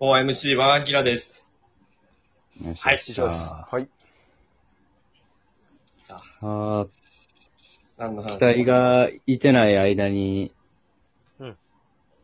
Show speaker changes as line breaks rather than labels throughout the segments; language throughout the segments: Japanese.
4MC はアキラです。
お願いし
はい
ま
以
す
上です
はい。
あー
何の話
期待。がいてない間に、
うん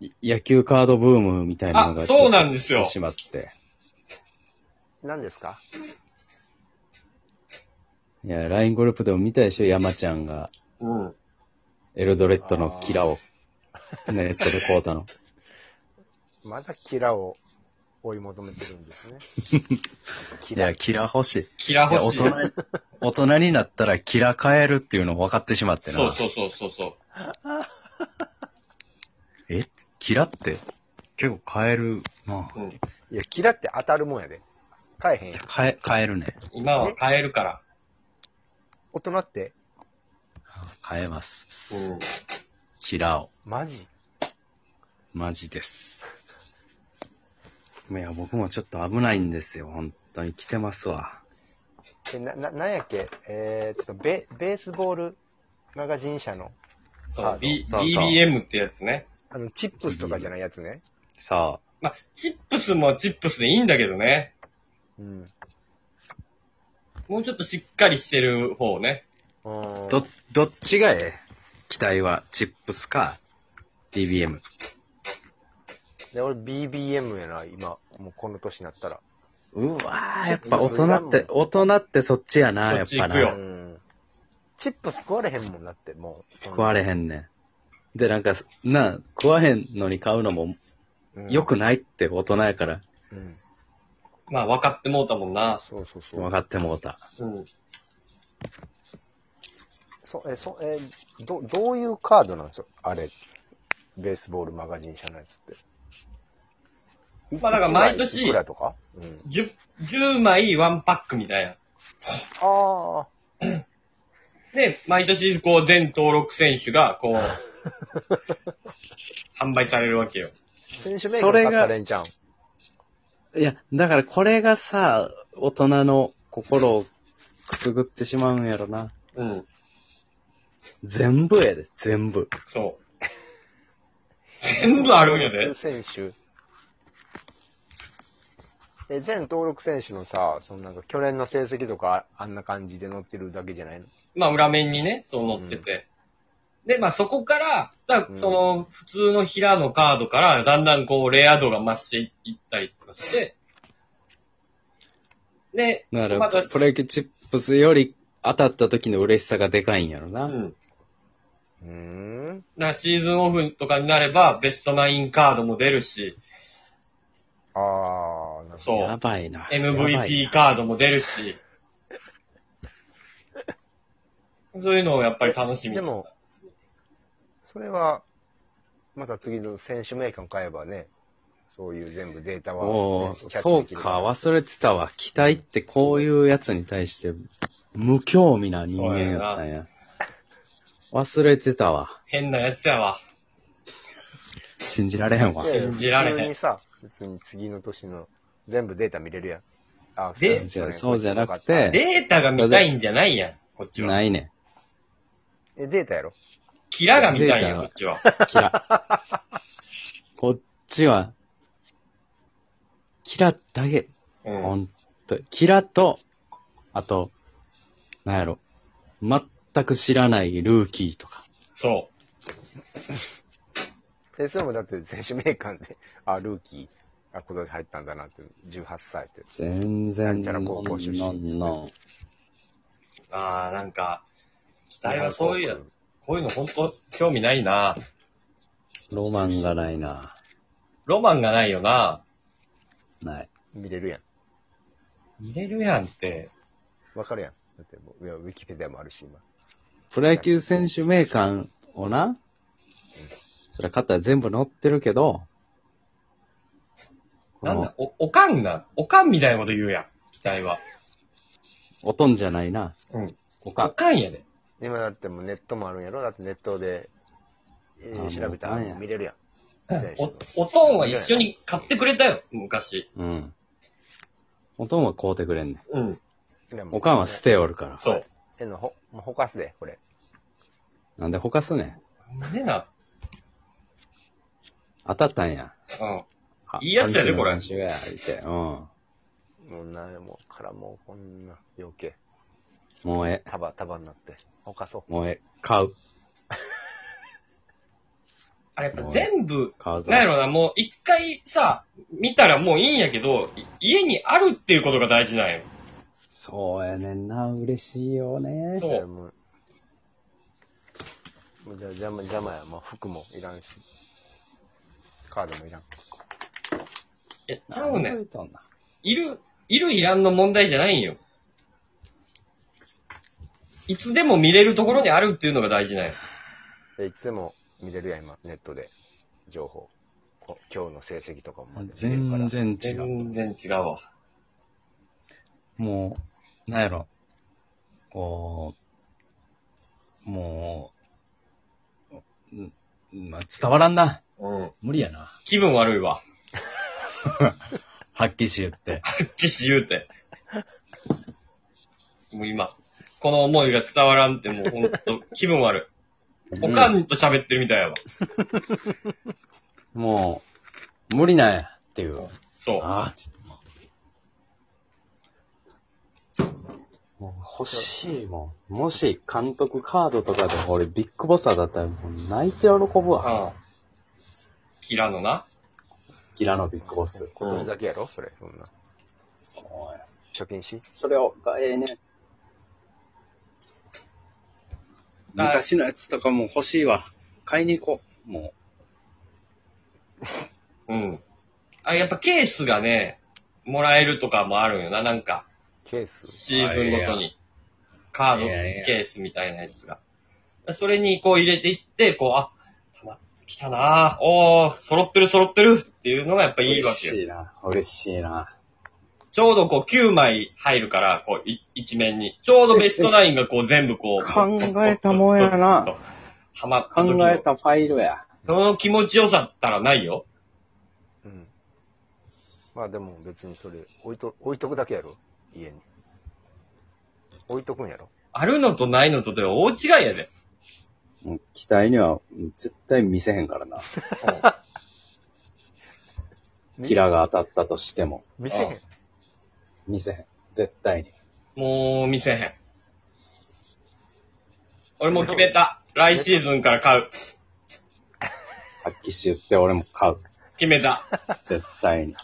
い野球カードブームみたいなの
あ
が、
そうなんですよ
来て。しまって。
何ですか
いや、LINE グループでも見たでしょ山ちゃんが、
うん。
エルドレッドのキラを、ネットで買 うたの。
まだキラを追い求めてるんですね。キ
い
ラ
や、。キラ欲しい。
キラ
いや、
欲
大
しい。
人に、大人になったらキラ買えるっていうのも分かってしまってな。
そうそうそうそうそう。
えキラって、結構買えるなぁ
うん、
いや、キラって当たるもんやで。買えへん
い
や
や
ん。
買え、買えるね。
今は買えるから。
大人って、
買えます。
うん。
キラを。
マジ
マジです。いや、僕もちょっと危ないんですよ。本当に来てますわ。
え、な、な、なんやっけえー、っと、ベ、ベースボールマガジン社の、
そ
あ
う、B、
そうそう
BBM ってやつね。
あの、チップスとかじゃないやつね。
さあ、
まあ、チップスもチップスでいいんだけどね。
うん。
もうちょっとしっかりしてる方ね。
うん
ど、どっちがええ期待は、チップスか、DBM。
で俺 BBM やな、今。もうこの年になったら。
うわぁ、やっぱ大人って、大人ってそっちやな、
そ
や
っ
っ
ち
ぱ
行く
な
よ。
ん。チップス食われへんもんなって、もう。
食われへんねん。で、なんか、なあ、食わへんのに買うのも
うん
良くないって大人やから、
うん。
まあ、分かってもうたもんな。
そうそうそう。
分かってもうた。
うん。
そ、え、そ、え、ど、どういうカードなんですよあれ。ベースボールマガジン社のやつって。
まあだから毎年
いくらとかうん。
10、10枚ワンパックみたいな。
ああ。
で、毎年、こう、全登録選手が、 こう、販売されるわけよ。
選手名義買ったらええんちゃん。
いや、だからこれがさ、大人の心をくすぐってしまうんやろな。
うん。
全部やで、全部。
そう。 全部あるんやで。
選手。え、全登録選手のさ、そのなんか去年の成績とかあんな感じで載ってるだけじゃないの
まあ、裏面にね、そう載ってて。で、まあ、そこから、だ
うん
その、普通の平のカードから、だんだんこう、レア度が増していったりとかして、で、
だから、
また
プロ野球チップスより当たった時の嬉しさがでかいんやろ
う
な。
ん。
うーん。
だからシーズンオフとかになれば、ベストナインカードも出るし、
ああ、なるほど。
そ
や
う。
ばいな。やばい
MVP
な
カードも出るし、そういうのをやっぱり楽しみ。
でも、それは、また次の選手名鑑買えばね、そういう全部データは、ね
おー
キャッチ
そう
できる
か、忘れてたわ。期待ってこういうやつに対して、無興味な人間やったんや。忘れてたわ。
変なやつやわ。
信じられへんわ
い。やいや
信じられへん
普通にさ、普通に次の年の全部データ見れるやん。あ
で
去年
そうじゃなくて
データが見たいんじゃないやん、こっちは。
ないね
え、データやろ
キラが見たいん
デー
や、
タ
こっちは。
ん。キラ。 こっちは、キラだけ、
う
ほ
ん。
んと、キラと、あと、なんやろ、全く知らないルーキーとか。
そ
え、それもだって選手名鑑で、 あ、ルーキー、あ、今年入ったんだなって、18歳って。
全然、
なんちゃら高校出身
のんのん
う。ああ、なんか、期待はそういうや、こういうのほんと興味ないな。
ロマンがないな。
ロマンがないよな。
ない。
見れるやん。
見れるやんって。
わかるやん。だってもう、いやウィキペディアもあるし、今。
プロ野球選手名鑑をな、それ買ったら全部載ってるけど、こ
なん
の
だ、お、おかんな、おかんみたいなこと言うやん、期待は。
おとんじゃないな。
うん。
おか
おかんやで。
今だってもうネットもあるんやろだってネットで、えー
あ
調べた
もうなんや
ら見れるやん。選手の
お、おとんは一緒に買ってくれたよ、昔。
うん。おとんは買うてくれんねん。
うん。
いやもう
おかんは捨ておるから。
そう。
えのほ、もうほかすで、これ。
なんでほかすねん。
なんでな、
当たったんや。
うん。
あ
いいやつやで
阪神の
これ
選手がや言うて、うん。
もう何もからもうこんな余計、
もうええ、
束、束になって。ほかそ
もうええ、買う、
あれやっぱ全部、
買うぞ
なん。やろな、もう一回さ、見たらもういいんやけど、い家にあるっていうことが大事なんよ。
そうやねんな、嬉しいよね
そう
う。いやもうもうじゃ邪魔、邪魔や。もう服もいらんし。カードもいらん。
いや、ちゃうねん。
覚えとんな。
いる、いるいらんの問題じゃないんよ。いつでも見れるところにあるっていうのが大事なんよ。
でいつでも見れるやん、今、ネットで。情報。こ今日の成績とかもまで見れるから。
全然違う。
全然違うわ。
もう、なんやろ。こう、もう、んまあ、伝わらんな。
うん。
無理やな。
気分悪いわ。
はっきし言って。
騎士言うて。もう今、この思いが伝わらんって、もうほんと、気分悪い。 おかんと喋ってるみたいやわ。
もう、無理なんや、っていう。
そう。
ああ、ちょっともう。もう欲しいもん。もし監督カードとかで俺ビッグボスだったらもう泣いて喜ぶわ。
うん。キラのな。
キラのビッグボス。
今年だけやろそれ、そんな。
そうや
貯金し
それを、がええね。昔のやつとかも欲しいわ。買いに行こう。も
うん。あ、やっぱケースがね、もらえるとかもあるんよな、なんか。
ケース
シーズンごとに。カード
いやいや
ケースみたいなやつが。それにこう入れていって、こう、あ、たまってきたなぁ。おー、揃ってる揃ってるっていうのがやっぱ
う。
いいわけよ。
嬉しいな。嬉しいな。
ちょうどこう9枚入るから、こうい一面に。ちょうどベストナイン がこう全部こう。
考えたもんやな。
はまった
考
時の
えたファイルや。
その気持ちよさったらないよ。
うん。まあでも別にそれ、置いと、置いとくだけやろ家に。置いとくんやろ
あるのとないのとでは大違いやで。
もう期待には絶対見せへんからな。キラが当たったとしても。
見せへん。
見せへん。絶対に。
もう見せへん。俺もう決めた。来シーズンから買う。
発揮し言って俺も買う。
決めた。
絶対に。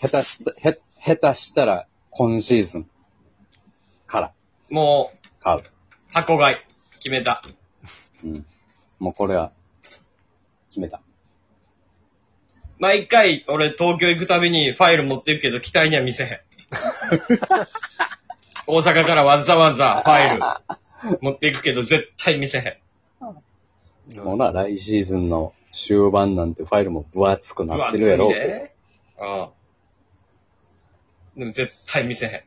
下手した、へ、下手したら今シーズンから
もう
買う。
箱買い。決めた。
うん。もうこれは、決めた。
毎回俺東京行くたびにファイル持っていくけど期待には見せ へん。大阪からわざわざファイル持っていくけど絶対見せへん。
ほら、来シーズンの終盤なんてファイルも分厚くなってるやろうけど
ね。うん。でも絶対見せへん。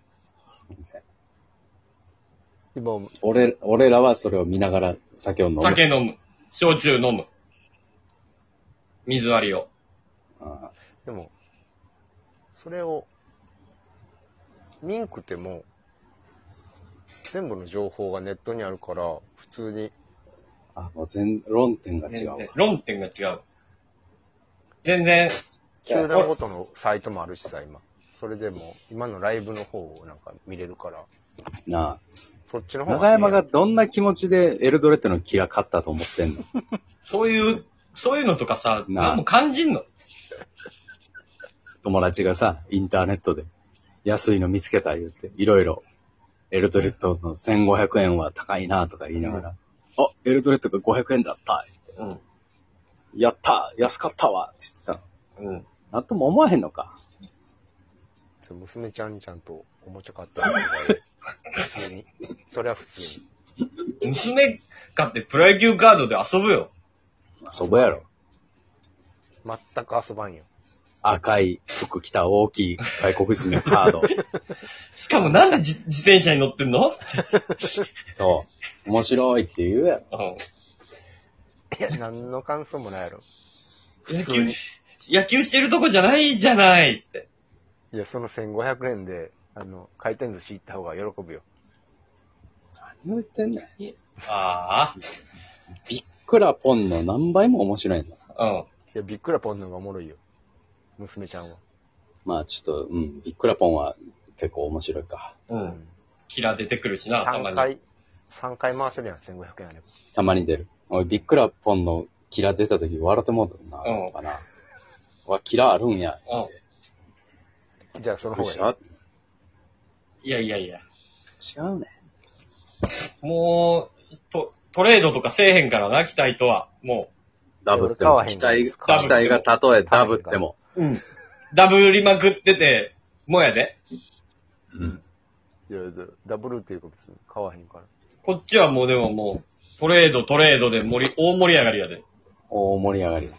今、
俺、俺らはそれを見ながら酒を飲む。
酒飲む。焼酎飲む。水割りを。
あ
でも、それを、ミンクってもう、全部の情報がネットにあるから、普通に、
ああ、もう全、論点が違うわ
全然。論点が違う。全然、
球団ごとのサイトもあるしさ、今。それでも、今のライブの方をなんか見れるから、
な
そっちの
あ。
方
長
がいいやん
山がどんな気持ちでエルドレッドのキラ勝ったと思ってんの
そういう、そういうのとかさ、
なあ
何も感じんの。
友達がさ、インターネットで安いの見つけた言うて、いろいろ、エルドレッドの1500円は高いなとか言いながら、あ、エルドレッドが500円だった。
うん。
やった安かったわって言ってさ、
うん。
なんとも思わへんのか。
ちょ娘ちゃんにちゃんとおもちゃ買ってあげればいい。普通に。それは普通に。
娘買ってプロ野球カードで遊ぶよ。
遊ぼやろ。
全く遊ばんよ。
赤い服着た大きい外国人のカード。
しかもなんで じ自転車に乗ってんの
そう。面白いって言うやろ。
う
いや、何の感想もないやろ。
ん。野
普通
球
に
し、野球してるとこじゃないじゃないって。
いや、その1500円で、あの、回転寿司行った方が喜ぶよ。
何言ってんねん。
あ
クラポンの何倍も面白いんだ。
あ。うん。
いや、ビックラポンの方がおもろいよ。娘ちゃんは。
まあちょっと、うん、ビックラポンは結構面白いか。
うん。キラ出てくるしな、たま
3
に。
回、三回回せるやん、1500円あれば。
たまに出る。おい、ビックラポンのキラ出た時笑ってもうたな、
うん
やっぱな。わ、キラあるんや。
うん
じゃあそ
び
の
っく
方
り
が
し
いい。
た
いやいやいや。
違うね。
もう、と、トレードとかせえへんからな、期待とは。も
ダブって
俺買わ
も。
へん
期
から
待、期
買
わへんから
待がたとえダブっても。
う。うん。ダブりまくってて、もやで。
うん。
いやいやダブルっていうか別に買わへんから。
こっちはもうでももう、トレードトレードで盛り、大盛り上がりやで。
大盛り上がり。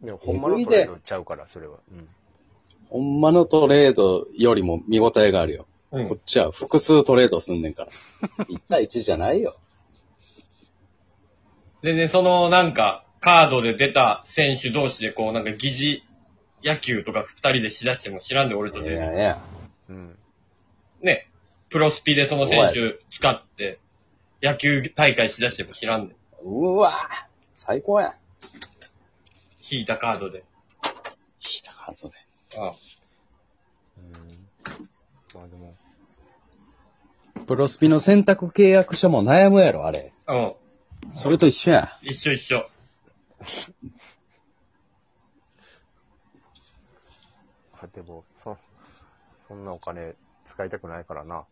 でも、ほんまのトレードちゃうから、それは。うん。
ほんまのトレードよりも見応えがあるよ。
う
こ
ん
っ。ちは複数トレードすんねんから。1対1じゃないよ。
でね、そのなんか、カードで出た選手同士でこう、なんか疑似野球とか二人でしだしても知らんで俺と
い
で、
やいや。
うん。
ね、プロスピでその選手使って、野球大会しだしても知らんで、
うわぁ最高や。
引いたカードで。
引いたカードで。
あ
うん。まあでも、
プロスピの選択契約書も悩むやろ、あれ。
あうん。
それと一緒や。
一緒一緒。
あでも、そ、そんなお金使いたくないからな。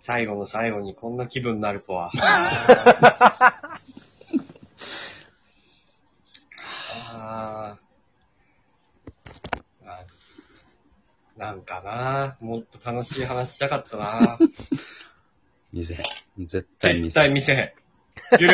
最後の最後にこんな気分になるとは。あーあなんかなもっと楽しい話したかったな
見せへん。絶対見
絶
せへ
対
ん。
見せへん。